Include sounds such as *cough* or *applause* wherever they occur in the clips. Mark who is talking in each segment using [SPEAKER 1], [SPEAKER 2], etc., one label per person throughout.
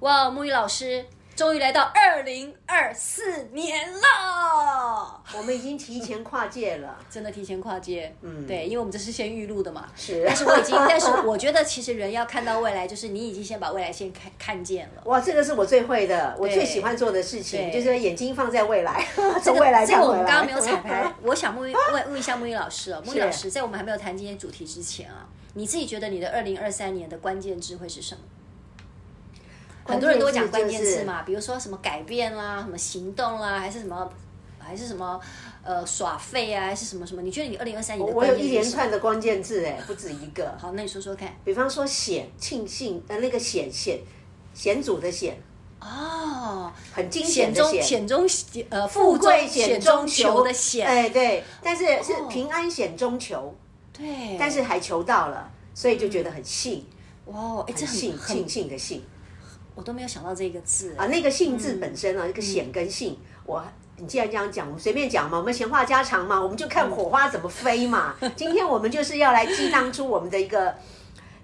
[SPEAKER 1] 哇，沐雨老师终于来到二零二四年了，
[SPEAKER 2] 我们已经提前跨界了，
[SPEAKER 1] 真的提前跨界。
[SPEAKER 2] 嗯
[SPEAKER 1] 对，因为我们这是先预录的嘛。
[SPEAKER 2] 是 *laughs*
[SPEAKER 1] 但是我已经，但是我觉得其实人要看到未来，就是你已经先把未来先看看见了。
[SPEAKER 2] 哇，这个是我最会的，我
[SPEAKER 1] 对
[SPEAKER 2] 最喜欢做的事情，
[SPEAKER 1] 对
[SPEAKER 2] 就是眼睛放在未来， *laughs*
[SPEAKER 1] 这
[SPEAKER 2] 从
[SPEAKER 1] 个
[SPEAKER 2] 未来
[SPEAKER 1] 这个
[SPEAKER 2] 看
[SPEAKER 1] 我
[SPEAKER 2] 回
[SPEAKER 1] 们
[SPEAKER 2] 来。
[SPEAKER 1] 刚刚没有彩
[SPEAKER 2] *laughs*
[SPEAKER 1] 排，我想木鱼问问一下木鱼老师哦，木鱼
[SPEAKER 2] 是
[SPEAKER 1] 老师在我们还没有谈今天主题之前啊，你自己觉得你的二零二三年的关键字会是什么？很多人都会讲关键字嘛，比如说什么改变啦，什么行动啦，还是什么，还是什么呃耍废啊，还是什么什么？你觉得你二零二三
[SPEAKER 2] 我
[SPEAKER 1] 年的
[SPEAKER 2] 我
[SPEAKER 1] 关
[SPEAKER 2] 有
[SPEAKER 1] 键
[SPEAKER 2] 一
[SPEAKER 1] 字
[SPEAKER 2] 连
[SPEAKER 1] 是什么
[SPEAKER 2] 串的关键字，哎，不止一个。
[SPEAKER 1] 好，那你说说看
[SPEAKER 2] 比方说险，庆幸，呃，那个险险险阻的险，
[SPEAKER 1] 哦，
[SPEAKER 2] 很惊险
[SPEAKER 1] 险
[SPEAKER 2] 的
[SPEAKER 1] 中
[SPEAKER 2] 险。
[SPEAKER 1] 险中险呃
[SPEAKER 2] 富
[SPEAKER 1] 富
[SPEAKER 2] 贵
[SPEAKER 1] 贵
[SPEAKER 2] 险
[SPEAKER 1] 险
[SPEAKER 2] 中
[SPEAKER 1] 中
[SPEAKER 2] 求
[SPEAKER 1] 求的险，
[SPEAKER 2] 哎，对，但是是
[SPEAKER 1] 哦
[SPEAKER 2] 平安险中求，
[SPEAKER 1] 对，
[SPEAKER 2] 但是还求到了，所以就觉得很幸，
[SPEAKER 1] 哇哦，哎，这
[SPEAKER 2] 很幸
[SPEAKER 1] 很
[SPEAKER 2] 庆
[SPEAKER 1] 很，
[SPEAKER 2] 幸的幸
[SPEAKER 1] 我都没有想到这个字
[SPEAKER 2] 啊，那个幸字本身
[SPEAKER 1] 嗯
[SPEAKER 2] 啊，那个险跟幸，我。你既然这样讲，我们随便讲嘛，我们闲话家常嘛，我们就
[SPEAKER 1] 嗯
[SPEAKER 2] 看火花怎么飞
[SPEAKER 1] *laughs*
[SPEAKER 2] 嘛。今天我们就是要来激荡出我们的一个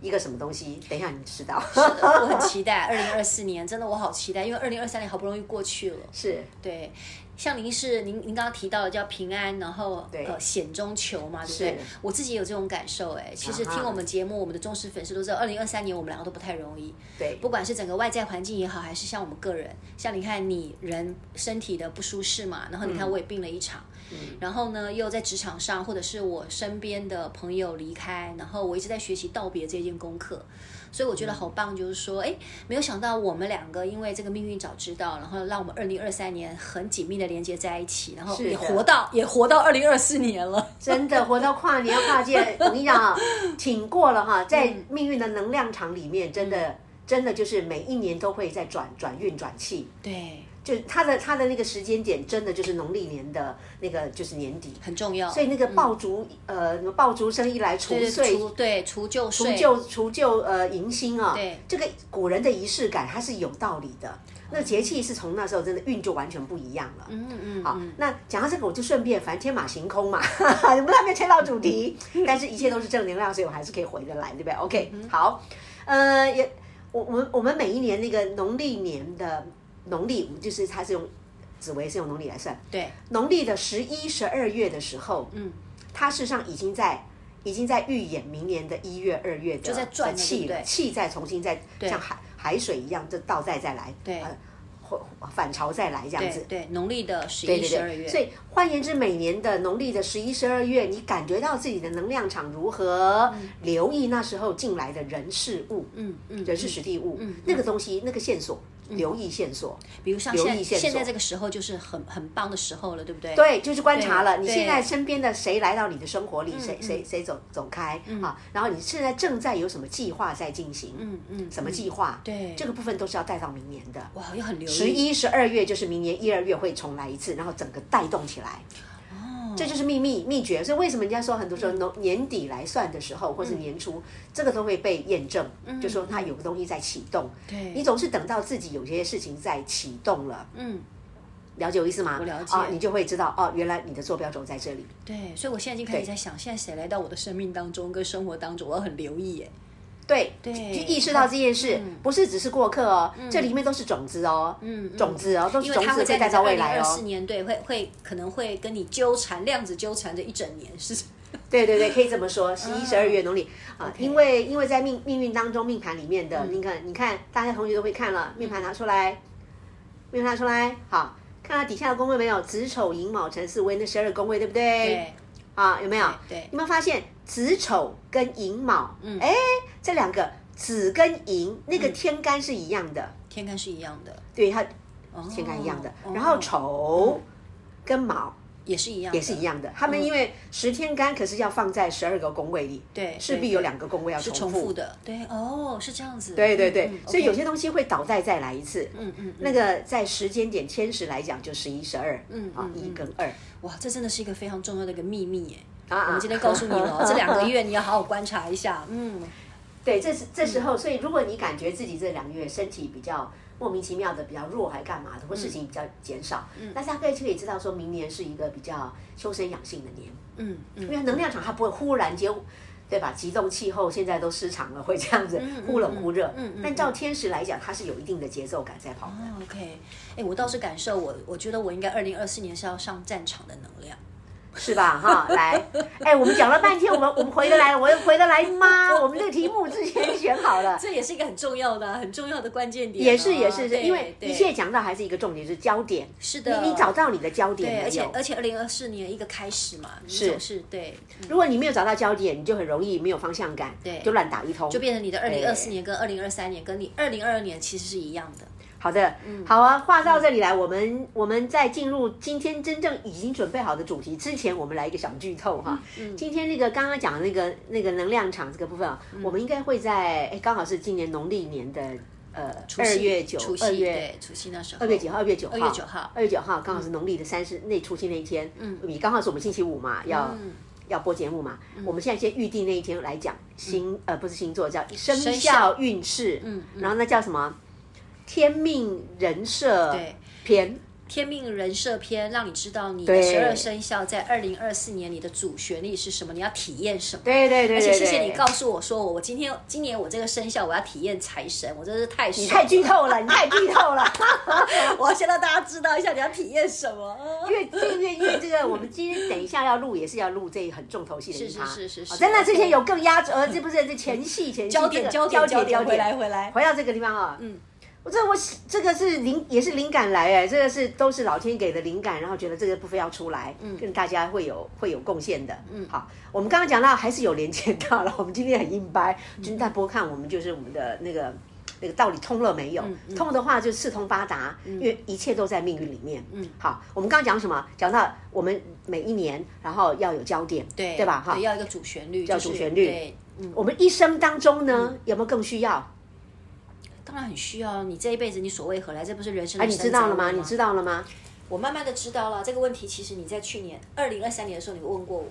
[SPEAKER 2] 一个什么东西，等一下你知道。
[SPEAKER 1] 我很期待二零二四年，真的我好期待，因为二零二三年好不容易过去了。
[SPEAKER 2] *laughs* 是，
[SPEAKER 1] 对，像您是您您刚刚提到的叫平安，然后
[SPEAKER 2] 对
[SPEAKER 1] 呃险中求嘛，对不对
[SPEAKER 2] 是？
[SPEAKER 1] 我自己也有这种感受哎、其实
[SPEAKER 2] 啊哈
[SPEAKER 1] 听我们节目，我们的忠实粉丝都知道，二零二三年我们两个都不太容易，
[SPEAKER 2] 对，
[SPEAKER 1] 不管是整个外在环境也好，还是像我们个人，像你看你人身体的不舒适嘛，然后
[SPEAKER 2] 嗯
[SPEAKER 1] 你看我也病了一场，然后呢又在职场上，或者是我身边的朋友离开，然后我一直在学习道别这件功课，所以我觉得好棒，就是说，哎，没有想到我们两个因为这个命运早知道，然后让我们二零二三年很紧密的连接在一起，然后
[SPEAKER 2] 是的
[SPEAKER 1] 也活到也活到二零二四年了，
[SPEAKER 2] 真的活到跨年跨界，我跟你讲啊，挺过了哈，在命运的能量场里面，真的
[SPEAKER 1] 嗯
[SPEAKER 2] 真的就是每一年都会在转转运转气，
[SPEAKER 1] 对，
[SPEAKER 2] 就是它的它的那个时间点，真的就是农历年的那个就是年底，
[SPEAKER 1] 很重要。
[SPEAKER 2] 所以那个爆竹、呃，什么爆竹声一来除
[SPEAKER 1] 嗯对
[SPEAKER 2] 岁。
[SPEAKER 1] 除对除旧除
[SPEAKER 2] 除旧除旧，呃，迎新啊，
[SPEAKER 1] 对
[SPEAKER 2] 这个古人的仪式感，它是有道理的。那节气是从那时候真的运就完全不一样了。
[SPEAKER 1] 嗯嗯
[SPEAKER 2] 好
[SPEAKER 1] 嗯，，
[SPEAKER 2] 那讲到这个，我就顺便，反正天马行空嘛， *laughs* 我们还没有切到主题，
[SPEAKER 1] 嗯
[SPEAKER 2] 但是一切都是正能量，所以我还是可以回得来，对不对？OK，好，呃，也，我我们我们每一年那个农历年的农历，就是它是用紫薇是用农历来算，
[SPEAKER 1] 对，
[SPEAKER 2] 农历的十一、十二月的时候，
[SPEAKER 1] 嗯。
[SPEAKER 2] 它事实上已经在已经在预演明年的一月、二月的
[SPEAKER 1] 就在转了
[SPEAKER 2] 的气
[SPEAKER 1] 对不
[SPEAKER 2] 了，
[SPEAKER 1] 对
[SPEAKER 2] 气再重新再
[SPEAKER 1] 对
[SPEAKER 2] 像海海水一样，就倒再再来，
[SPEAKER 1] 对
[SPEAKER 2] 呃或或反潮再来这样子
[SPEAKER 1] 对。对，农历的十
[SPEAKER 2] 对
[SPEAKER 1] 一、
[SPEAKER 2] 对
[SPEAKER 1] 十二
[SPEAKER 2] 对，
[SPEAKER 1] 月，
[SPEAKER 2] 所以换言之，每年的农历的十一、十二月，你感觉到自己的能量场如何？留意那时候进来的人事物，
[SPEAKER 1] 嗯嗯，
[SPEAKER 2] 人事实地物，那个东西，那个线索，留意线索。
[SPEAKER 1] 比如像
[SPEAKER 2] 留
[SPEAKER 1] 现
[SPEAKER 2] 意线索
[SPEAKER 1] 现在这个时候就是很很棒的时候了，对不对？
[SPEAKER 2] 对，哎就是观察了
[SPEAKER 1] 对
[SPEAKER 2] 你
[SPEAKER 1] 对
[SPEAKER 2] 现在身边的谁来到你的生活里，谁
[SPEAKER 1] 嗯
[SPEAKER 2] 谁谁走走开啊，然后你现在正在有什么计划在进行，
[SPEAKER 1] 嗯嗯，
[SPEAKER 2] 什么
[SPEAKER 1] 嗯？
[SPEAKER 2] 计划？
[SPEAKER 1] 对
[SPEAKER 2] 这个部分都是要带到明年的。
[SPEAKER 1] 哇，又很留意
[SPEAKER 2] 十一、十二月就是明年一二月会重来一次，然后整个带动起来。
[SPEAKER 1] 哦
[SPEAKER 2] 这就是秘密秘诀，所以为什么人家说很多时候
[SPEAKER 1] 嗯
[SPEAKER 2] 农年底来算的时候，或是年初，这个都会被验证，就说它有个东西在启动。
[SPEAKER 1] 嗯对
[SPEAKER 2] 你总是等到自己有些事情在启动了，
[SPEAKER 1] 嗯，
[SPEAKER 2] 了解我意思吗？
[SPEAKER 1] 我了解
[SPEAKER 2] 啊，你就会知道哦，原来你的坐标轴在这里。
[SPEAKER 1] 对，所以我现在已经开始在想，现在谁来到我的生命当中跟生活当中，我要很留意耶。
[SPEAKER 2] 对，
[SPEAKER 1] 对
[SPEAKER 2] 就意识到这件事，不是只是过客哦，这里面都是种子哦，
[SPEAKER 1] 嗯
[SPEAKER 2] 种子哦，都是
[SPEAKER 1] 因
[SPEAKER 2] 种
[SPEAKER 1] 为
[SPEAKER 2] 子
[SPEAKER 1] 它会
[SPEAKER 2] 会
[SPEAKER 1] 在
[SPEAKER 2] 带到未来
[SPEAKER 1] 二
[SPEAKER 2] 哦
[SPEAKER 1] 四。年，对，会会可能会跟你纠缠量子纠缠着一整年，是 *laughs*
[SPEAKER 2] 对对对，可以这么说，
[SPEAKER 1] 嗯
[SPEAKER 2] 十一、十二月农历啊，因为因为在命命运当中，命盘里面的，
[SPEAKER 1] 嗯
[SPEAKER 2] 你看你看，大家同学都会看了，命盘拿出来，命盘拿出来，好，看到底下的宫位没有？子丑寅卯辰巳未，那十二个宫位对不对？
[SPEAKER 1] 对
[SPEAKER 2] 啊，有没有？
[SPEAKER 1] 对
[SPEAKER 2] 有没有发现子丑跟寅卯？嗯，哎，这两个子跟寅那
[SPEAKER 1] 嗯
[SPEAKER 2] 个天干是一样的，
[SPEAKER 1] 天干是一样的，
[SPEAKER 2] 对它
[SPEAKER 1] 哦
[SPEAKER 2] 天干一样的，
[SPEAKER 1] 哦
[SPEAKER 2] 然后丑跟卯
[SPEAKER 1] 也是一样，
[SPEAKER 2] 也是一。样
[SPEAKER 1] 嗯
[SPEAKER 2] 的。他们因为十天干，可是要放在十二个宫位里，
[SPEAKER 1] 对
[SPEAKER 2] 势
[SPEAKER 1] 对
[SPEAKER 2] 必有
[SPEAKER 1] 对
[SPEAKER 2] 两个宫位要
[SPEAKER 1] 是重
[SPEAKER 2] 重复
[SPEAKER 1] 复。的，对哦，是这样子，
[SPEAKER 2] 对对对
[SPEAKER 1] 嗯，嗯
[SPEAKER 2] 所以有
[SPEAKER 1] OK
[SPEAKER 2] 些东西会倒带再来一次。嗯
[SPEAKER 1] 嗯嗯
[SPEAKER 2] 那个在时间点天时来讲，就十一、十二，嗯啊
[SPEAKER 1] 嗯，
[SPEAKER 2] 一
[SPEAKER 1] 嗯
[SPEAKER 2] 跟二。
[SPEAKER 1] 哇，这真的是一个非常重要的一个秘密耶！
[SPEAKER 2] 啊啊
[SPEAKER 1] 我们今天告诉你了，这两个月你要好好观察一下，嗯，
[SPEAKER 2] *laughs* 对，这是这时候，所以如果你感觉自己这两个月身体比较莫名其妙的比较弱，还干嘛的，或
[SPEAKER 1] 嗯
[SPEAKER 2] 事情比较减少，那大概就可以知道说明年是一个比较修身养性的年，
[SPEAKER 1] 嗯嗯
[SPEAKER 2] 因为能量场它不会忽然间。对吧？极冻气候现在都失常了，会这样子 *laughs* 忽冷忽热。
[SPEAKER 1] 嗯嗯嗯
[SPEAKER 2] 但照天时来讲，它是有一定的节奏感在跑的。
[SPEAKER 1] 哦，OK，哎，我倒是感受我，我觉得我应该二零二四年是要上战场的能量，
[SPEAKER 2] 是吧？哈，来，哎，我们讲了半天，我们我们回得来，我们回得来吗？我们这个题目之前选好
[SPEAKER 1] *laughs*
[SPEAKER 2] 了，
[SPEAKER 1] 这也是一个很重要的、啊很重要的关键点啊，
[SPEAKER 2] 也是也是是，
[SPEAKER 1] 对
[SPEAKER 2] 因为
[SPEAKER 1] 对
[SPEAKER 2] 一切讲到还是一个重点，是焦点。
[SPEAKER 1] 是的，
[SPEAKER 2] 你你找到你的焦点
[SPEAKER 1] 对，而
[SPEAKER 2] 没
[SPEAKER 1] 且
[SPEAKER 2] 有？
[SPEAKER 1] 而且二零二四年一个开始嘛，你总是对，嗯
[SPEAKER 2] 如果你没有找到焦点，你就很容易没有方向感，
[SPEAKER 1] 对
[SPEAKER 2] 就乱打一通，
[SPEAKER 1] 就变成你的二零二四
[SPEAKER 2] 哎
[SPEAKER 1] 年跟二零二三年跟你二零二二年其实是一样的，
[SPEAKER 2] 好的，
[SPEAKER 1] 嗯
[SPEAKER 2] 好啊，话到这里来，我们我们在进入今天真正已经准备好的主题之前，我们来一个小剧透哈。
[SPEAKER 1] 嗯
[SPEAKER 2] 今天那个刚刚讲的那个那个能量场这个部分啊，
[SPEAKER 1] 嗯
[SPEAKER 2] 我们应该会在哎，刚好是今年农历年的呃
[SPEAKER 1] 除
[SPEAKER 2] 二
[SPEAKER 1] 夕
[SPEAKER 2] 月九
[SPEAKER 1] 除，夕
[SPEAKER 2] 二月
[SPEAKER 1] 对，除夕那时候，
[SPEAKER 2] 二月几号？二月九号。
[SPEAKER 1] 二月九号嗯
[SPEAKER 2] 二月九号刚好是农历的三十那除夕那一天，嗯，你刚好是我们星期五嘛，要、
[SPEAKER 1] 嗯
[SPEAKER 2] 要播节目嘛。我们现在先预定那一天来讲星、呃不是星座叫生
[SPEAKER 1] 嗯生
[SPEAKER 2] 肖
[SPEAKER 1] 肖
[SPEAKER 2] 运势，嗯，然后那叫什么天命人设
[SPEAKER 1] 对
[SPEAKER 2] 篇，
[SPEAKER 1] 天命人设篇，让你知道你的
[SPEAKER 2] 对
[SPEAKER 1] 十二生肖在二零二四年你的主旋律是什么，你要体验什么。
[SPEAKER 2] 对对对对
[SPEAKER 1] 而且谢谢
[SPEAKER 2] 对
[SPEAKER 1] 你告诉我说我，我今天今年我这个生肖我要体验财神，我真是太
[SPEAKER 2] 你
[SPEAKER 1] 你
[SPEAKER 2] 太剧
[SPEAKER 1] *laughs*
[SPEAKER 2] 透了，你太剧透了。
[SPEAKER 1] 我要先让大家知道一下你要体验什么
[SPEAKER 2] 因。为因为因为这个，我们今天等一下要录，也是要录这很重头戏的一
[SPEAKER 1] 是
[SPEAKER 2] 趴。
[SPEAKER 1] 是是是
[SPEAKER 2] 哦
[SPEAKER 1] 是
[SPEAKER 2] 真的之前有更压轴，呃，这不是这前戏前戏
[SPEAKER 1] 焦点
[SPEAKER 2] 这个
[SPEAKER 1] 焦点焦点回来回来
[SPEAKER 2] 回到这个地方啊，嗯。我这我这个是灵也是灵感来哎，这个是都是老天给的灵感，然后觉得这个部分要出来，嗯，跟大家会有会有贡献的，嗯，好，我们刚刚讲到还是有连接到了，我 *laughs* 们今天很硬掰，君大波看我们就是我们的那个那个道理通了没有？通的话就四通八达，因为一切都在命运里面，嗯，好，我们刚刚讲什么？讲到我们每一年，然后要有焦点，
[SPEAKER 1] 对
[SPEAKER 2] 对吧？哈，
[SPEAKER 1] 要一个主旋律，要
[SPEAKER 2] 主旋律
[SPEAKER 1] 对，嗯，
[SPEAKER 2] 我们一生当中呢，有没有更需要？
[SPEAKER 1] 当然很需要。你这一辈子你所为何来？这不是人生的、
[SPEAKER 2] 哎，你知道了吗？你知
[SPEAKER 1] 道，
[SPEAKER 2] 道了吗
[SPEAKER 1] 我慢慢的知道了这个问题。其实你在去年二零二三年的时候，你问过我，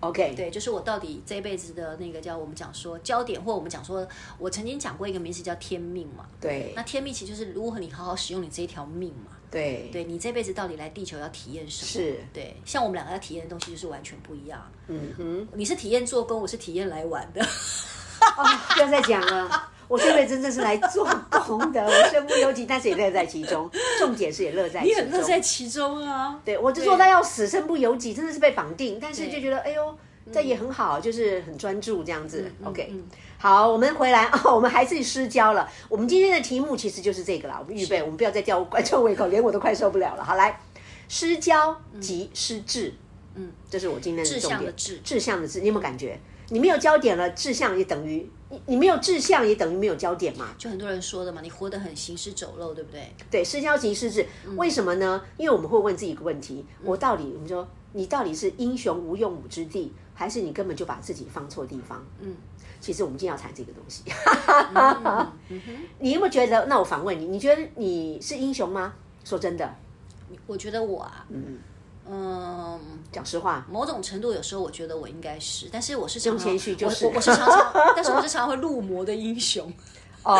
[SPEAKER 2] ？OK，
[SPEAKER 1] 对，就是我到底这一辈子的那个叫我们讲说焦点，或我们讲说，我曾经讲过一个名词叫天命嘛。
[SPEAKER 2] 对
[SPEAKER 1] 那天命其实就是如何你好好使用你这一条命嘛。
[SPEAKER 2] 对
[SPEAKER 1] 对你这辈子到底来地球要体验什么？
[SPEAKER 2] 是
[SPEAKER 1] 对，像我们两个要体验的东西就是完全不一样。
[SPEAKER 2] 嗯哼，
[SPEAKER 1] 你是体验做工，我是体验来玩
[SPEAKER 2] *laughs*
[SPEAKER 1] 的。
[SPEAKER 2] 哦，不要再讲了。我这辈子真的是来做工的，我身不由己，但是也乐在其中。重点是也乐在其
[SPEAKER 1] 你
[SPEAKER 2] 中，
[SPEAKER 1] 很乐在其中啊。
[SPEAKER 2] 对，我就
[SPEAKER 1] 对
[SPEAKER 2] 做到要死，身不由己，真的是被绑定，但是
[SPEAKER 1] 对
[SPEAKER 2] 就觉得哎呦，这也很好，就是很专注这样子。OK，、
[SPEAKER 1] 嗯
[SPEAKER 2] 好，我们回来啊、我们还是失焦了。我们今天的题目其实就是这个啦，我们预备，我们不要再吊观众胃口，连我都快受不了了。好，来，失焦及失智，嗯，这是我今天的重
[SPEAKER 1] 志向
[SPEAKER 2] 点
[SPEAKER 1] 的。志
[SPEAKER 2] 志向的志，你有没有感觉？你没有焦点了，志向也等于你你没有志向也等于没有焦点嘛？
[SPEAKER 1] 就很多人说的嘛，你活得很行尸走肉，对不对？
[SPEAKER 2] 对，失焦及失智，
[SPEAKER 1] 嗯
[SPEAKER 2] 为什么呢？因为我们会问自己一个问题：我到底，我们说你到底是英雄无用武之地，还是你根本就把自己放错地方？嗯，其实我们今天要谈这个东西。
[SPEAKER 1] 嗯嗯哼
[SPEAKER 2] *laughs* 你有没有觉得？那我反问你，你觉得你是英雄吗？说真的，
[SPEAKER 1] 我觉得我啊，嗯
[SPEAKER 2] 讲实话，
[SPEAKER 1] 某种程度，有时候我觉得我应该是，但是我是常常
[SPEAKER 2] 用谦虚就是
[SPEAKER 1] 我我我是常
[SPEAKER 2] *laughs*
[SPEAKER 1] 常，但是我是常常会入魔的英雄。
[SPEAKER 2] 哦，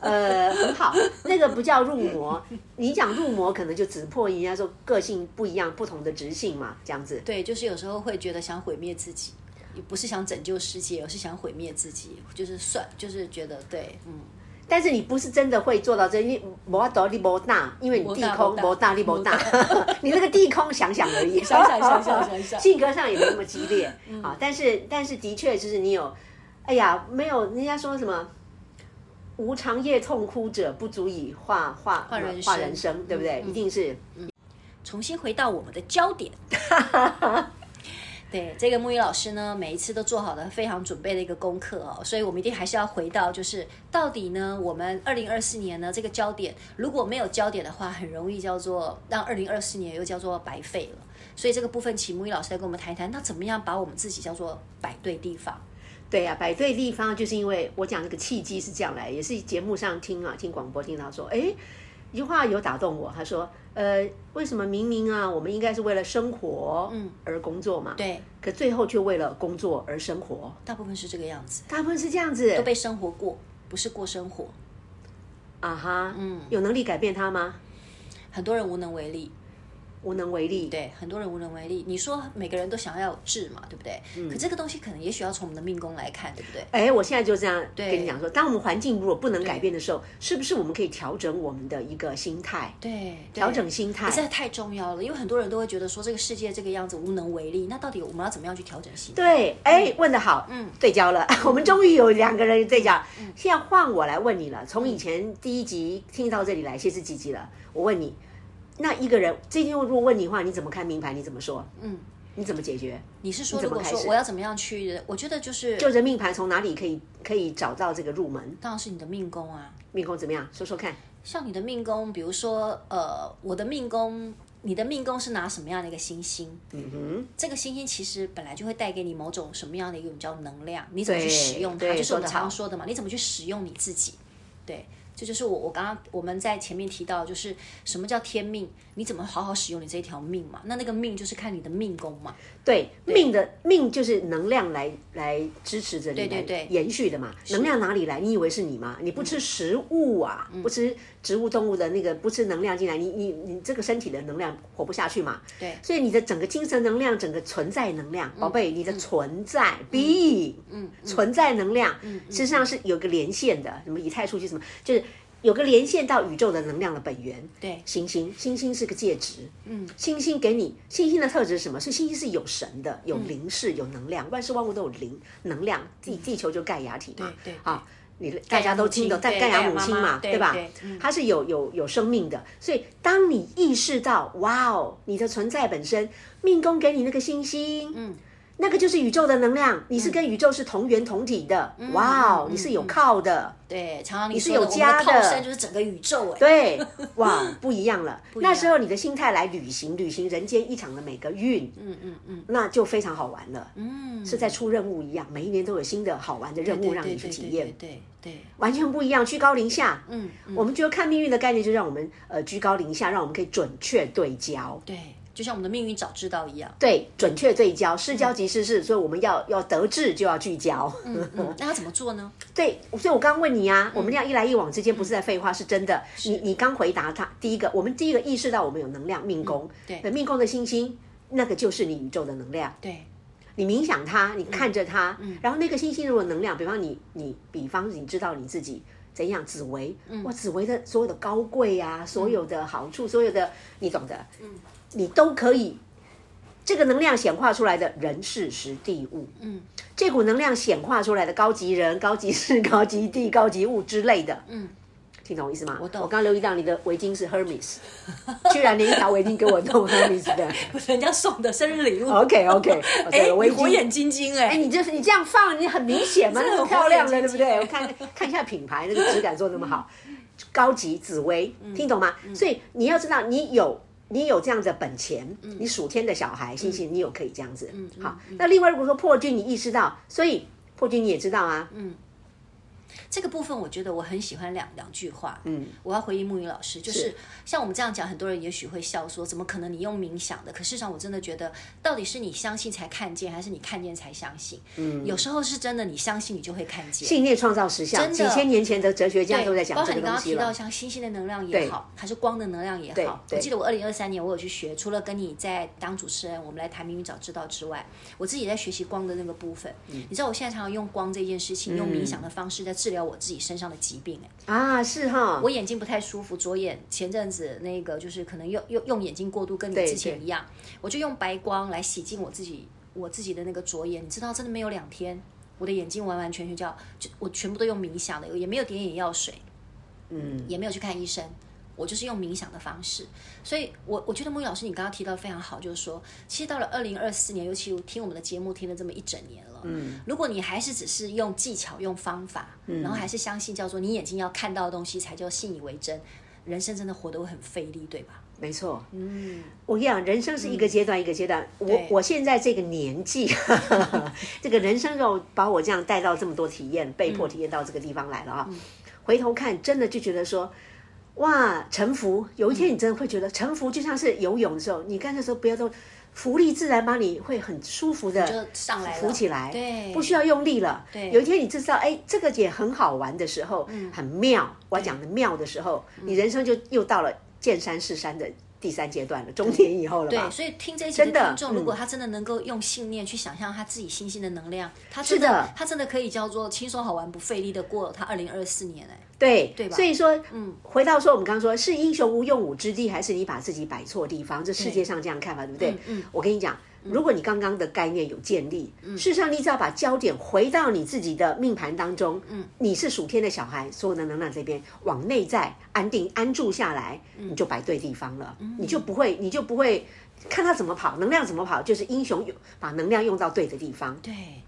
[SPEAKER 2] 呃，很好，那个不叫入魔。你讲入魔，可能就只破人家说个性不一样，不同的直性嘛，这样子。
[SPEAKER 1] 对，就是有时候会觉得想毁灭自己，也不是想拯救世界，而是想毁灭自己，就是算，就是觉得对，嗯，
[SPEAKER 2] 但是你不是真的会做到这，因为摩多力摩大，因为你地
[SPEAKER 1] 没
[SPEAKER 2] 空
[SPEAKER 1] 大
[SPEAKER 2] 摩大力摩大， *laughs* 你那个地空想想而已，
[SPEAKER 1] 想想想想想嗯想
[SPEAKER 2] 性格上也没那么激烈啊。但是但是的确就是你有，哎呀，没有人家说什么。无长夜痛哭者，不足以化化
[SPEAKER 1] 化人
[SPEAKER 2] 化
[SPEAKER 1] 生
[SPEAKER 2] 人生，对不对？
[SPEAKER 1] 嗯嗯
[SPEAKER 2] 一定是
[SPEAKER 1] 重新回到我们的焦点。对，这个木鱼老师呢，每一次都做好了非常准备的一个功课哦，所以我们一定还是要回到，就是到底呢，我们二零二四年呢这个焦点，如果没有焦点的话，很容易叫做让二零二四年又叫做白费了。所以这个部分，请木鱼老师来跟我们谈一谈，那怎么样把我们自己叫做摆对地方？
[SPEAKER 2] 对呀、摆对地方就是因为我讲那个契机是这样来，也是节目上听啊，听广播听到说，哎，一句话有打动我，他说，呃，为什么明明啊，我们应该是为了生活嗯而工作嘛，
[SPEAKER 1] 对，
[SPEAKER 2] 可最后却为了工作而生活，
[SPEAKER 1] 大部分是这个样子，
[SPEAKER 2] 大部分是这样子
[SPEAKER 1] 被生活过，不是过生活，
[SPEAKER 2] 啊哈，嗯，有能力改变它吗？
[SPEAKER 1] 很多人无能为力。
[SPEAKER 2] 无能为力，
[SPEAKER 1] 对，很多人无能为力。你说每个人都想要有志嘛，对不对？可这个东西可能也许要从我们的命宫来看，对不对？
[SPEAKER 2] 嗯哎，我现在就这样跟你讲说，当我们环境如果不能改变的时候，是不是我们可以调整我们的一个心态？
[SPEAKER 1] 对，
[SPEAKER 2] 调整心态
[SPEAKER 1] 实在太重要了，因为很多人都会觉得说这个世界这个样子无能为力，那到底我们要怎么样去调整心态？
[SPEAKER 2] 对，哎，问得好，嗯，对焦了， *laughs* 我们终于有两个人对焦。现在换我来问你了，从以前第一集听到这里来，现在是几集了？我问你，那一个人最近如果问你的话，你怎么看名牌？你怎么说？嗯，你怎么解决？
[SPEAKER 1] 你是说，
[SPEAKER 2] 你怎
[SPEAKER 1] 如果
[SPEAKER 2] 么开
[SPEAKER 1] 说
[SPEAKER 2] 始
[SPEAKER 1] 我要怎么样去，我觉得就是，
[SPEAKER 2] 就人命盘从哪里可以可以找到这个入门？
[SPEAKER 1] 当然是你的命宫啊。
[SPEAKER 2] 命宫怎么样？说说看。
[SPEAKER 1] 像你的命宫，比如说，呃，我的命宫，你的命宫是拿什么样的一个星星？
[SPEAKER 2] 嗯哼，
[SPEAKER 1] 这个星星其实本来就会带给你某种什么样的一种叫能量，你怎么去
[SPEAKER 2] 对
[SPEAKER 1] 使用它，
[SPEAKER 2] 对
[SPEAKER 1] 就是我们
[SPEAKER 2] 说得好
[SPEAKER 1] 常说的嘛，你怎么去使用你自己，对。这就是我我刚刚我们在前面提到，就是什么叫天命，你怎么好好使用你这一条命嘛？那那个命就是看你的命宫嘛。
[SPEAKER 2] 对，命的命就是能量来来支持着你，对
[SPEAKER 1] 对对
[SPEAKER 2] 延续的嘛。能量哪里来？你以为是你吗？你不吃食物啊，不吃植物动物的那个，不吃能量进来，你你你这个身体的能量活不下去嘛。
[SPEAKER 1] 对
[SPEAKER 2] 所以你的整个精神能量，整个存在能量，宝贝，你的存在 being，嗯，存在能量，
[SPEAKER 1] 嗯
[SPEAKER 2] 实际上是有个连线的，什么以太数据什么，就是有个连线到宇宙的能量的本源。
[SPEAKER 1] 对
[SPEAKER 2] 星星，星星是个介质，嗯，星星给你星星的特质是什么？是星星是有神的，有灵视，有能量，万事万物都有灵能量，地地球就盖亚体嘛，
[SPEAKER 1] 嗯对对
[SPEAKER 2] 啊。你大家都听懂，
[SPEAKER 1] 盖
[SPEAKER 2] 但
[SPEAKER 1] 亚母亲对
[SPEAKER 2] 盖亚母
[SPEAKER 1] 盖
[SPEAKER 2] 亲
[SPEAKER 1] 亚妈
[SPEAKER 2] 嘛
[SPEAKER 1] 妈，对
[SPEAKER 2] 吧
[SPEAKER 1] 对嗯？
[SPEAKER 2] 它是有有有生命的，所以当你意识到，哇哦，你的存在本身，命宫给你那个星星，嗯，那个就是宇宙的能量，你是
[SPEAKER 1] 嗯
[SPEAKER 2] 跟宇宙是同源同体的，哇哦，你是有靠的，
[SPEAKER 1] 对，常常你
[SPEAKER 2] 你是
[SPEAKER 1] 说的
[SPEAKER 2] 有家
[SPEAKER 1] 我们的靠
[SPEAKER 2] 的
[SPEAKER 1] 山就是整个宇宙哎、 *laughs*
[SPEAKER 2] 对，哇，哦不一样了。
[SPEAKER 1] 一样
[SPEAKER 2] 那时候你的心态来旅行，旅行人间一场的每个运，嗯嗯嗯，那就非常好玩了。嗯，是在出任务一样，每一年都有新的好玩的任
[SPEAKER 1] 对
[SPEAKER 2] 务
[SPEAKER 1] 对
[SPEAKER 2] 让
[SPEAKER 1] 对
[SPEAKER 2] 你去
[SPEAKER 1] 对
[SPEAKER 2] 体
[SPEAKER 1] 对
[SPEAKER 2] 验，
[SPEAKER 1] 对对
[SPEAKER 2] 完全不一样。居高临下，
[SPEAKER 1] 嗯嗯
[SPEAKER 2] 我们觉得看命运的概念就让我们呃居高临下，让我们可以准确对焦。
[SPEAKER 1] 对，就像我们的命运早知道一样。
[SPEAKER 2] 对，准确对焦，失焦即失事，所以我们要要得志就要聚焦。 *laughs*
[SPEAKER 1] 嗯，那要怎么做呢？
[SPEAKER 2] 对，所以我刚刚问你啊，我们这样一来一往之间不是在废话，是真
[SPEAKER 1] 嗯
[SPEAKER 2] 的。你你刚回答他，第一个，我们第一个意识到我们有能量命宫，
[SPEAKER 1] 嗯对
[SPEAKER 2] 那命宫的星星，那个就是你宇宙的能量。
[SPEAKER 1] 对
[SPEAKER 2] 你冥想
[SPEAKER 1] 嗯
[SPEAKER 2] 它，你看着它，然后那个星星如果能量，比方你你，比方你知道你自己怎样紫薇，
[SPEAKER 1] 嗯
[SPEAKER 2] 哇，紫薇的所有的高贵啊，所有的好处，所有的你懂的，
[SPEAKER 1] 嗯
[SPEAKER 2] 你都可以。这个能量显化出来的人事时地物，嗯，这股能量显化出来的高级人、高级事、 *laughs* 高级地、高级物之类的，嗯，听懂我意思吗？我
[SPEAKER 1] 懂
[SPEAKER 2] 我刚留意到你的围巾是 Hermes，居然连一条围巾给我弄 Hermes 的 *laughs*
[SPEAKER 1] 人家送的生日礼物，
[SPEAKER 2] ，OK OK，
[SPEAKER 1] *laughs* 哎、
[SPEAKER 2] 围
[SPEAKER 1] 你火
[SPEAKER 2] 巾
[SPEAKER 1] 眼金睛哎、
[SPEAKER 2] 哎，你这你这样放，你很明显
[SPEAKER 1] *laughs*
[SPEAKER 2] 嘛，
[SPEAKER 1] 真的
[SPEAKER 2] 那么
[SPEAKER 1] 很
[SPEAKER 2] 漂亮了，
[SPEAKER 1] 火眼
[SPEAKER 2] 对
[SPEAKER 1] 金
[SPEAKER 2] 不
[SPEAKER 1] 睛嗯
[SPEAKER 2] 对？我看看一下品牌，那个质感做得那么好，高级紫薇，听懂吗？所以你要知道，你有你有这样的本钱，
[SPEAKER 1] 嗯
[SPEAKER 2] 你属天的小孩，星星你有可以这样子。好，那另外如果说破军，你意识到，所以破军你也知道啊，
[SPEAKER 1] 嗯这个部分我觉得我很喜欢两两句话，嗯，我要回应木鱼老师，就是像我们这样讲，很多人也许会笑说，怎么可能你用冥想的？可事实上，我真的觉得，到底是你相信才看见，还是你看见才相信？嗯，有时候是真的，你相信你就会看见。
[SPEAKER 2] 信念创造实相，
[SPEAKER 1] 真
[SPEAKER 2] 几
[SPEAKER 1] 的
[SPEAKER 2] 千年前的哲学家哎都在讲
[SPEAKER 1] 包
[SPEAKER 2] 这
[SPEAKER 1] 含
[SPEAKER 2] 个
[SPEAKER 1] 你刚
[SPEAKER 2] 东
[SPEAKER 1] 刚
[SPEAKER 2] 西
[SPEAKER 1] 提到
[SPEAKER 2] 了。
[SPEAKER 1] 像星星的能量也好，还是光的能量也
[SPEAKER 2] 对
[SPEAKER 1] 好。
[SPEAKER 2] 对
[SPEAKER 1] 我记得我二零二三年我有去学，除了跟你在当主持人，我们来谈《明明早知道》之外，我自己在学习光的那个部分。
[SPEAKER 2] 嗯
[SPEAKER 1] 你知道我现在常常用光这件事情，用冥想的方式在治疗我自己身上的疾病、哎。
[SPEAKER 2] 啊，是哈，
[SPEAKER 1] 我眼睛不太舒服，左眼前阵子那个就是可能用用用眼睛过度，跟你之前一样，我就用白光来洗净我自己我自己的那个左眼，你知道，真的没有两天，我的眼睛完完全全叫就我全部都用冥想的，也没有点眼药水，嗯，也没有去看医生。我就是用冥想的方式。所以我，我觉得木鱼老师你刚刚提到非常好，就是说，其实到了二零二四年，尤其我听我们的节目听了这么一整年了，嗯，如果你还是只是用技巧、用方法，
[SPEAKER 2] 嗯
[SPEAKER 1] 然后还是相信叫做你眼睛要看到的东西才叫信以为真，人生真的活得会很费力，对吧？
[SPEAKER 2] 没错，嗯，我跟你讲，人生是一个阶段一个阶段。我
[SPEAKER 1] 对
[SPEAKER 2] 我现在这个年纪， *laughs* 哈哈哈，这个人生让我把我这样带到这么多体验，被迫体验到这个地方来了啊。
[SPEAKER 1] 嗯
[SPEAKER 2] 回头看，真的就觉得说，哇，沉浮。有一天你真的会觉得，沉浮就像是游泳的时候，你干的时候不要都浮力自然把你会很舒服的
[SPEAKER 1] 就上来了，
[SPEAKER 2] 浮起来，
[SPEAKER 1] 对，
[SPEAKER 2] 不需要用力了。对有一天你知道，哎，这个也很好玩的时候，
[SPEAKER 1] 嗯
[SPEAKER 2] 很妙。我讲的妙的时候，你人生就又到了见山是山的第三阶段了，中年以后了吧
[SPEAKER 1] 对，？所以听这一集的
[SPEAKER 2] 的
[SPEAKER 1] 听众，
[SPEAKER 2] 嗯
[SPEAKER 1] 如果他真的能够用信念去想象他自己信心的能量，他真
[SPEAKER 2] 是的
[SPEAKER 1] 他真的可以叫做轻松好玩不费力的过他二零二四年哎、
[SPEAKER 2] 对
[SPEAKER 1] 对吧嗯
[SPEAKER 2] 所以说，回到说我们刚刚说，是英雄无用武之地，还是你把自己摆错地方？这世界上这样看法，对不对？
[SPEAKER 1] 嗯嗯嗯
[SPEAKER 2] 我跟你讲。如果你刚刚的概念有建立，事实上你只要把焦点回到你自己的命盘当中，
[SPEAKER 1] 嗯
[SPEAKER 2] 你是属天的小孩，所有的能量这边往内在安定安住下来，
[SPEAKER 1] 嗯
[SPEAKER 2] 你就摆对地方了，你就不会，你就不会看他怎么跑，能量怎么跑，就是英雄有把能量用到对的地方。
[SPEAKER 1] 对，哎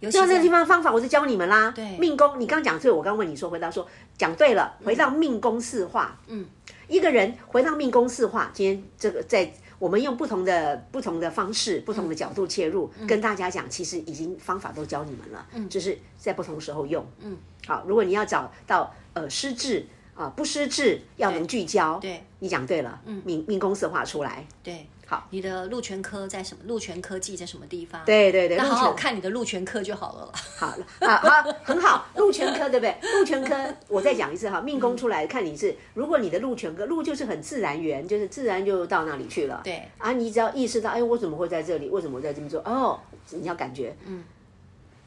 [SPEAKER 1] 尤其
[SPEAKER 2] 那这个地
[SPEAKER 1] 在
[SPEAKER 2] 方方法我就教你们啦。
[SPEAKER 1] 对
[SPEAKER 2] 命宫，你刚讲对，我刚问你说，回答说讲对了，回到命宫四化，嗯，一个人回到命宫四化，今天这个在我们用不同的不同的方
[SPEAKER 1] 嗯
[SPEAKER 2] 式、不同的角度切入，跟大家讲，其实已经方法都教你们了，嗯，只是在不同时候用，嗯，好，如果你要找到呃失智啊、不失智，要能聚焦，
[SPEAKER 1] 对
[SPEAKER 2] 你讲对了，嗯，命命宫四化出来，
[SPEAKER 1] 对
[SPEAKER 2] 好，
[SPEAKER 1] 哎你的鹿泉科在什么？鹿泉科技在什么地方？，
[SPEAKER 2] 对对对，
[SPEAKER 1] 那
[SPEAKER 2] 陆
[SPEAKER 1] 好好
[SPEAKER 2] 泉
[SPEAKER 1] 看你的鹿泉科就好了啦。
[SPEAKER 2] 好了啊，好，很好，鹿泉科对不对？鹿泉科，我再讲一次
[SPEAKER 1] 嗯
[SPEAKER 2] 哈，命宫出来看你是，如果你的鹿泉科，鹿就是很自然缘，就是自然就到那里去了。
[SPEAKER 1] 对
[SPEAKER 2] 啊，你只要意识到，哎，我怎么会在这里？为什么我在这么做？哦，你要感觉，嗯，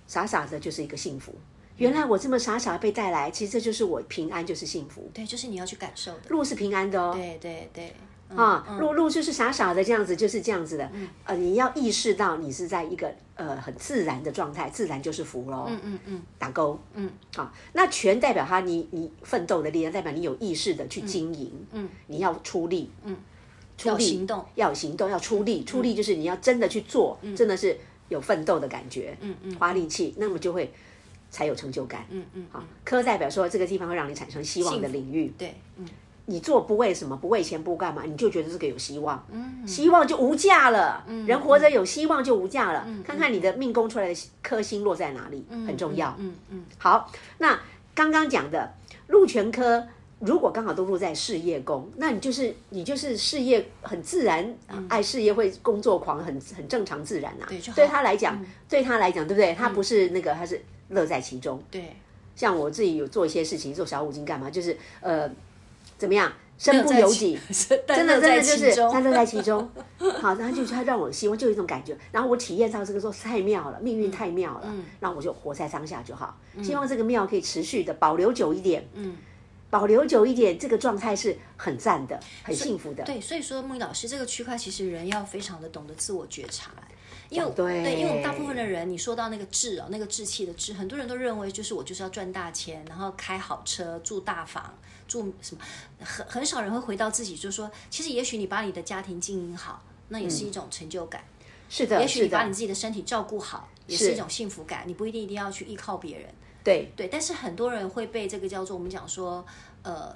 [SPEAKER 2] 傻傻的就是一个幸福。原来我这么傻傻被带来，其实这就是我平安，就是幸福。
[SPEAKER 1] 对，就是你要去感受的。
[SPEAKER 2] 鹿是平安的哦，
[SPEAKER 1] 对对对，嗯
[SPEAKER 2] 啊，路路就是傻傻的这样子，就是这样子的。呃，你要意识到你是在一个呃很自然的状态，自然就是福喽。嗯
[SPEAKER 1] 嗯嗯，
[SPEAKER 2] 打勾。嗯，好、那权代表他你你奋斗的力量，代表你有意识的去经营。嗯，你要出力。嗯，出
[SPEAKER 1] 要
[SPEAKER 2] 力
[SPEAKER 1] 行动
[SPEAKER 2] 要有行动，要嗯出力，出力就是你要真的去做，真的是有奋斗的感觉。嗯嗯，花力气，那么就会。才有成就感，嗯
[SPEAKER 1] 嗯
[SPEAKER 2] 好，科代表说这个地方会让你产生希望的领域，
[SPEAKER 1] 对，嗯，
[SPEAKER 2] 你做不为什么，不为钱不干嘛，你就觉得这个有希望，
[SPEAKER 1] 嗯
[SPEAKER 2] 希望就无价了。人活着有希望就无价了。看看你的命宫出来的颗星落在哪里，很重要。
[SPEAKER 1] 嗯嗯嗯，
[SPEAKER 2] 好，那刚刚讲的禄全科，如果刚好都落在事业宫，那你就是你就是事业很自然，爱事业会工作狂，很很正常自然呐、啊
[SPEAKER 1] 对就好嗯
[SPEAKER 2] 对他来讲，对他来讲，对不对？他不是那个，他是乐在其中。
[SPEAKER 1] 对，
[SPEAKER 2] 像我自己有做一些事情，做小五金干嘛？就是呃，怎么样，身不由
[SPEAKER 1] *laughs*
[SPEAKER 2] 己，
[SPEAKER 1] 真
[SPEAKER 2] 真的真的
[SPEAKER 1] 在
[SPEAKER 2] 就
[SPEAKER 1] 其
[SPEAKER 2] 是他
[SPEAKER 1] 中。
[SPEAKER 2] 乐
[SPEAKER 1] *laughs*
[SPEAKER 2] 在其中。好，然后就他让我希望就有一种感觉，然后我体验到这个说太妙了，命运
[SPEAKER 1] 嗯
[SPEAKER 2] 太妙了，然后我就活在当下就好，希望这个妙可以持续的保留久一点，嗯，保留久一点，这个状态是很赞的，很幸福的，
[SPEAKER 1] 对，所以说木鱼老师这个区块，其实人要非常的懂得自我觉察，因为
[SPEAKER 2] 对
[SPEAKER 1] 因为我们大部分的人，你说到那个志哦，那个志气的志，很多人都认为就是我就是要赚大钱，然后开好车，住大房，住什么，很很少人会回到自己，就是说，其实也许你把你的家庭经营好，那也是一种成就感。
[SPEAKER 2] 是的，
[SPEAKER 1] 也许
[SPEAKER 2] 是
[SPEAKER 1] 你把
[SPEAKER 2] 的
[SPEAKER 1] 你自，己的身体照顾好，也是一种幸福感。你不一定一定要去依靠别人，
[SPEAKER 2] 对，
[SPEAKER 1] 对。但是很多人会被这个叫做我们讲说，呃，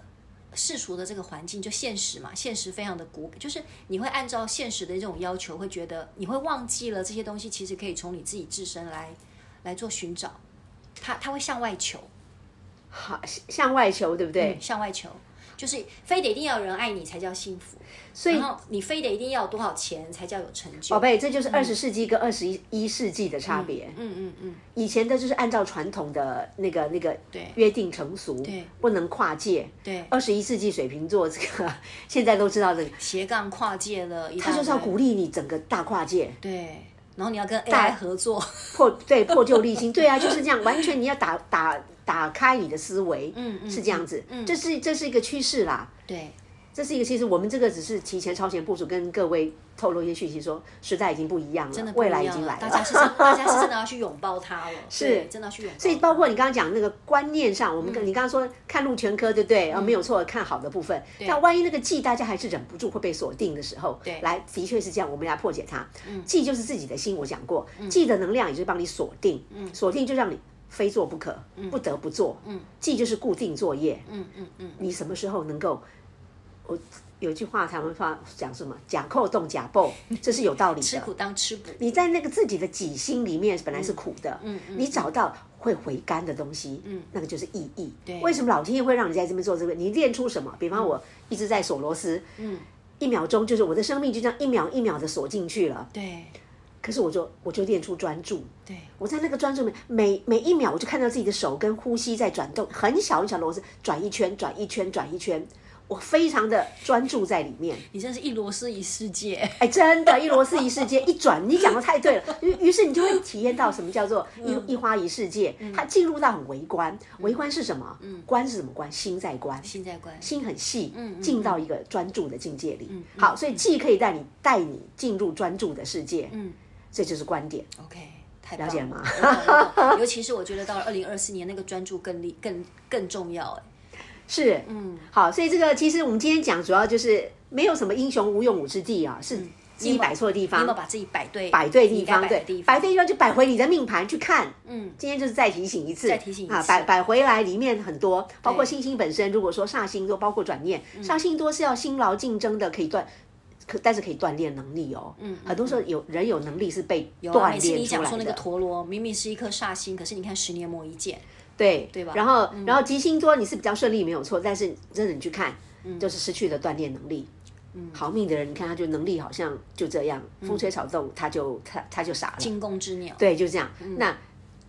[SPEAKER 1] 世俗的这个环境就现实嘛，现实非常的骨，就是你会按照现实的这种要求，会觉得你会忘记了这些东西，其实可以从你自己自身来来做寻找，他他会向外求，
[SPEAKER 2] 好向外求，对不对？
[SPEAKER 1] 向外求。就是非得一定要有人爱你才叫幸福，
[SPEAKER 2] 所以
[SPEAKER 1] 然后你非得一定要有多少钱才叫有成就。
[SPEAKER 2] 宝贝，这就是二十世纪跟二十一世纪的差别。
[SPEAKER 1] 嗯嗯嗯，
[SPEAKER 2] 以前的就是按照传统的那个那个
[SPEAKER 1] 对
[SPEAKER 2] 约定成俗，对不能跨界。
[SPEAKER 1] 对
[SPEAKER 2] 二十一世纪水瓶座这个现在都知道这个，
[SPEAKER 1] 斜杠跨界了一大
[SPEAKER 2] 他
[SPEAKER 1] 堆，
[SPEAKER 2] 就是要鼓励你整个大跨界，
[SPEAKER 1] 对，然后你要跟 AI 合作，
[SPEAKER 2] 破对破旧立新，对啊，就是这样，完全你要打打打开你的思维，嗯
[SPEAKER 1] 嗯
[SPEAKER 2] 是这样子，这是这是一个趋势啦。
[SPEAKER 1] 对，
[SPEAKER 2] 这是一个，其实我们这个只是提前超前部署，跟各位透露一些讯息说时代已经不一样了，
[SPEAKER 1] 真的不一
[SPEAKER 2] 未
[SPEAKER 1] 样
[SPEAKER 2] 来已
[SPEAKER 1] 了
[SPEAKER 2] 经
[SPEAKER 1] *laughs*
[SPEAKER 2] 来
[SPEAKER 1] 大家是真大家是真的要去拥抱它
[SPEAKER 2] *laughs*
[SPEAKER 1] 了，对真的要去拥抱它。
[SPEAKER 2] 所以包括你刚刚讲那个观念上，我们跟、你刚刚说看路全科，对不对？啊、没有错，看好的部分。但万一那个忌大家还是忍不住会被锁定的时候，对嗯来的确是这样，我们来破解它。忌就是自己的心，我讲过，忌的能量也就是帮你锁定，锁定就让你。非做不可，不得不做。嗯，忌就是固定作业。嗯
[SPEAKER 1] 嗯嗯，
[SPEAKER 2] 你什么时候能够？我有一句话，台湾话讲什么？假扣动假爆，这是有道理的。
[SPEAKER 1] 吃苦当吃补，
[SPEAKER 2] 你在那个自己的己心里面本来是苦的，嗯，你找到会回甘的东西，嗯，那个就是意义。对，为什么老天爷会让你在这边做这个？你练出什么？比方我一直在锁螺丝，嗯，一秒钟就是我的生命就这样一秒一秒的锁进去了。
[SPEAKER 1] 对
[SPEAKER 2] 可是我就我就练出专注，
[SPEAKER 1] 对，
[SPEAKER 2] 我在那个专注里面，每每一秒我就看到自己的手跟呼吸在转动，很小很小的螺丝转一圈，转一圈，转一圈，我非常的专注在里面。
[SPEAKER 1] 你真是一螺丝一世界，
[SPEAKER 2] 哎，真的，一螺丝一世界， *laughs* 一转，你讲的太对了。于于是你就会体验到什么叫做一一花一世界，它进入到很微观。微观是什么？观是什么观？心在观，
[SPEAKER 1] 现在关
[SPEAKER 2] 心很细，进到一个专注的境界里。好，所以既可以带你带你进入专注的世界，嗯，这就是观点。
[SPEAKER 1] OK，太棒了
[SPEAKER 2] 解了吗
[SPEAKER 1] 我懂了我懂尤 *laughs* 其是我觉得到了二零二四年，那个专注更力更更重要哎。
[SPEAKER 2] 是，嗯，好，所以这个其实我们今天讲主要就是没有什么英雄无用武之地啊，是自己摆错地
[SPEAKER 1] 你
[SPEAKER 2] 方
[SPEAKER 1] 有没有，把自己摆对
[SPEAKER 2] 摆对地
[SPEAKER 1] 你该
[SPEAKER 2] 方，
[SPEAKER 1] 摆
[SPEAKER 2] 对
[SPEAKER 1] 的地，方
[SPEAKER 2] 摆对地方就摆回你的命盘去看。嗯，今天就是再提醒一次，
[SPEAKER 1] 再提醒一次
[SPEAKER 2] 啊，摆摆回来里面很多，包括星星本身，如果说煞星多，包括转念，
[SPEAKER 1] 嗯
[SPEAKER 2] 煞星多是要辛劳竞争的，可以锻。可但是可以锻炼能力哦，嗯，很多时候有人有能力是被
[SPEAKER 1] 有
[SPEAKER 2] 锻
[SPEAKER 1] 啊，每次
[SPEAKER 2] 炼
[SPEAKER 1] 你
[SPEAKER 2] 出
[SPEAKER 1] 讲说
[SPEAKER 2] 来
[SPEAKER 1] 那个
[SPEAKER 2] 的，
[SPEAKER 1] 陀螺明明是一颗煞星，可是你看十年磨一剑，
[SPEAKER 2] 对
[SPEAKER 1] 对吧嗯
[SPEAKER 2] 然后然后吉星多你是比较顺利没有错，但是真的你去看，
[SPEAKER 1] 嗯
[SPEAKER 2] 就是失去了锻炼能力。好命的人，你看他就能力好像就这样，
[SPEAKER 1] 嗯
[SPEAKER 2] 风吹草动他就他他就傻了，
[SPEAKER 1] 惊弓之鸟。
[SPEAKER 2] 对，就这样。
[SPEAKER 1] 嗯
[SPEAKER 2] 那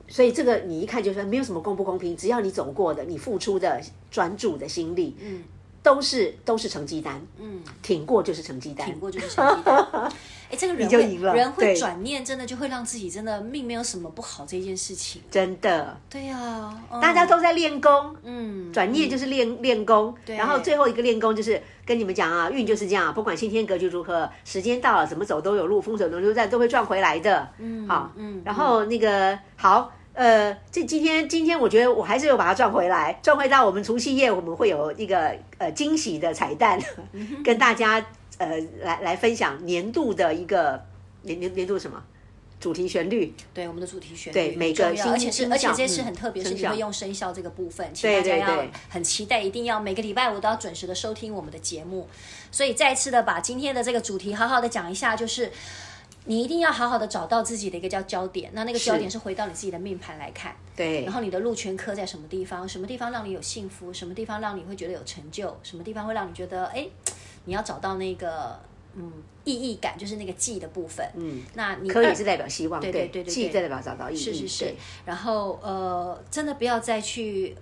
[SPEAKER 2] 所以这个你一看就说没有什么公不公平，只要你走过的，你付出的专注的心力，嗯，都是都是成绩单，嗯，挺过就是成绩单，
[SPEAKER 1] 挺过就是成绩
[SPEAKER 2] *laughs*
[SPEAKER 1] 单。哎，这个人
[SPEAKER 2] 就
[SPEAKER 1] 会
[SPEAKER 2] 赢了
[SPEAKER 1] 人
[SPEAKER 2] 对
[SPEAKER 1] 会转念，真的就会让自己真的命没有什么不好这件事情。
[SPEAKER 2] 真的。
[SPEAKER 1] 对呀、嗯
[SPEAKER 2] 大家都在练功，
[SPEAKER 1] 嗯
[SPEAKER 2] 转念就是练练功，然后最后一个练功就是跟你们讲啊，运就是这样啊，不管先天格局如何，时间到了怎么走都有路，风水轮流转都会转回来的。嗯，好，嗯，然后那个好。呃，这今天今天我觉得我还是有把它转回来，转回到我们除夕夜，我们会有一个呃惊喜的彩蛋，
[SPEAKER 1] 嗯
[SPEAKER 2] 跟大家呃来来分享年度的一个年年年度什么主题旋律，
[SPEAKER 1] 对我们的主题旋律
[SPEAKER 2] 对
[SPEAKER 1] 很
[SPEAKER 2] 每个
[SPEAKER 1] 重要
[SPEAKER 2] 星
[SPEAKER 1] 而且是
[SPEAKER 2] 星
[SPEAKER 1] 而且
[SPEAKER 2] 象
[SPEAKER 1] 这次
[SPEAKER 2] 嗯
[SPEAKER 1] 很特别，是
[SPEAKER 2] 生
[SPEAKER 1] 你
[SPEAKER 2] 肖
[SPEAKER 1] 会用生肖这个部分，请
[SPEAKER 2] 对
[SPEAKER 1] 大家
[SPEAKER 2] 对
[SPEAKER 1] 要
[SPEAKER 2] 对
[SPEAKER 1] 很期待，一定要每个礼拜五都要准时的收听我们的节目。所以再次的把今天的这个主题好好的讲一下，就是。你一定要好好的找到自己的一个叫焦点，那那个焦点是回到你自己的命盘来看，
[SPEAKER 2] 对，
[SPEAKER 1] 然后你的路权科在什么地方？什么地方让你有幸福？什么地方让你会觉得有成就？什么地方会让你觉得哎，你要找到那个嗯意义感，就是那个记的部分。嗯，那你
[SPEAKER 2] 科
[SPEAKER 1] 二
[SPEAKER 2] 也是代表希望，
[SPEAKER 1] 对
[SPEAKER 2] 对
[SPEAKER 1] 对对对
[SPEAKER 2] 记
[SPEAKER 1] 对
[SPEAKER 2] 代表找到意义，
[SPEAKER 1] 是是是
[SPEAKER 2] 对。
[SPEAKER 1] 然后呃，真的不要再去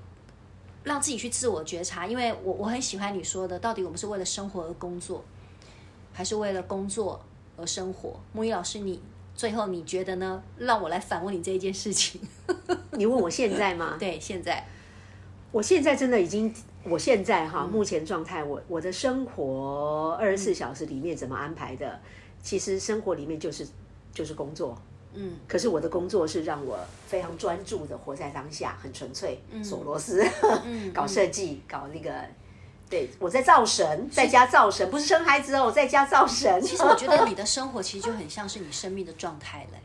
[SPEAKER 1] 让自己去自我觉察，因为我我很喜欢你说的，到底我们是为了生活而工作，还是为了工作而生活？木鱼老师你，最后你觉得呢？让我来反问你这一件事情。
[SPEAKER 2] 你问我现在吗？
[SPEAKER 1] 对，现在
[SPEAKER 2] 我现在真的已经，我现在
[SPEAKER 1] 嗯
[SPEAKER 2] 哈，目前状态，我我的生活二十四小时里面怎么安排的？其实生活里面就是就是工作，嗯，可是我的工作是让我非常专注的活在当下，很纯粹，
[SPEAKER 1] 嗯
[SPEAKER 2] *laughs* 锁螺丝，搞设计，搞那个。对，我在造神，在家造神，不是生孩子哦，我在家造神，
[SPEAKER 1] 其实我觉得你的生活其实就很像是你生命的状态了。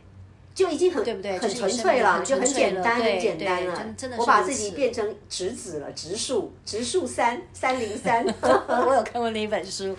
[SPEAKER 2] 就已经很对
[SPEAKER 1] 不对就
[SPEAKER 2] 很
[SPEAKER 1] 是
[SPEAKER 2] 纯
[SPEAKER 1] 你
[SPEAKER 2] 粹了，就
[SPEAKER 1] 生活
[SPEAKER 2] 很
[SPEAKER 1] 很纯粹
[SPEAKER 2] 简单，
[SPEAKER 1] 了对
[SPEAKER 2] 很简单
[SPEAKER 1] 对
[SPEAKER 2] 了
[SPEAKER 1] 真。真的是
[SPEAKER 2] 我把
[SPEAKER 1] 如
[SPEAKER 2] 自
[SPEAKER 1] 此
[SPEAKER 2] 己变成直子了，直树，直树三三
[SPEAKER 1] *laughs*
[SPEAKER 2] 零三。
[SPEAKER 1] 我有看过那一本书。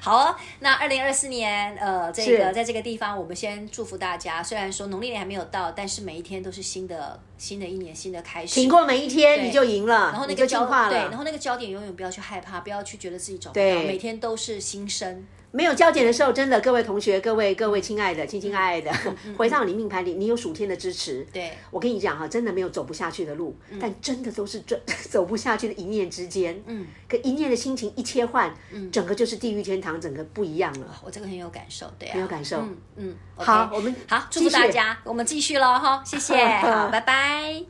[SPEAKER 1] 好、哦，那二零二四年，呃，这个
[SPEAKER 2] 是
[SPEAKER 1] 在这个地方，我们先祝福大家。虽然说农历年还没有到，但是每一天都是新的新的一年新的开始。
[SPEAKER 2] 挺过每一天，
[SPEAKER 1] 对
[SPEAKER 2] 你就赢了，
[SPEAKER 1] 然后那
[SPEAKER 2] 你
[SPEAKER 1] 个
[SPEAKER 2] 就进
[SPEAKER 1] 焦
[SPEAKER 2] 化
[SPEAKER 1] 对，
[SPEAKER 2] 了。
[SPEAKER 1] 然后那个焦点永远不要去害怕，不要去觉得自己找不到，
[SPEAKER 2] 对
[SPEAKER 1] 每天都是新生。
[SPEAKER 2] 没有焦点的时候，真的，各位同学，各位各位亲爱的、亲亲爱爱的，回到你命盘里，你有属天的支持。
[SPEAKER 1] 嗯对，嗯
[SPEAKER 2] 我跟你讲哈，真的没有走不下去的路，但真的都是这 *laughs* 走不下去的一念之间。嗯，可一念的心情一切换，
[SPEAKER 1] 嗯
[SPEAKER 2] 整个就是地狱天堂，整个不一样了。
[SPEAKER 1] 哦我这个很有感受，对啊，
[SPEAKER 2] 很有感受
[SPEAKER 1] 嗯嗯，OK，
[SPEAKER 2] 好我们
[SPEAKER 1] 好，祝
[SPEAKER 2] 继
[SPEAKER 1] 福
[SPEAKER 2] 续 *laughs*
[SPEAKER 1] 大家，我们继续喽哈，谢谢，好，拜拜。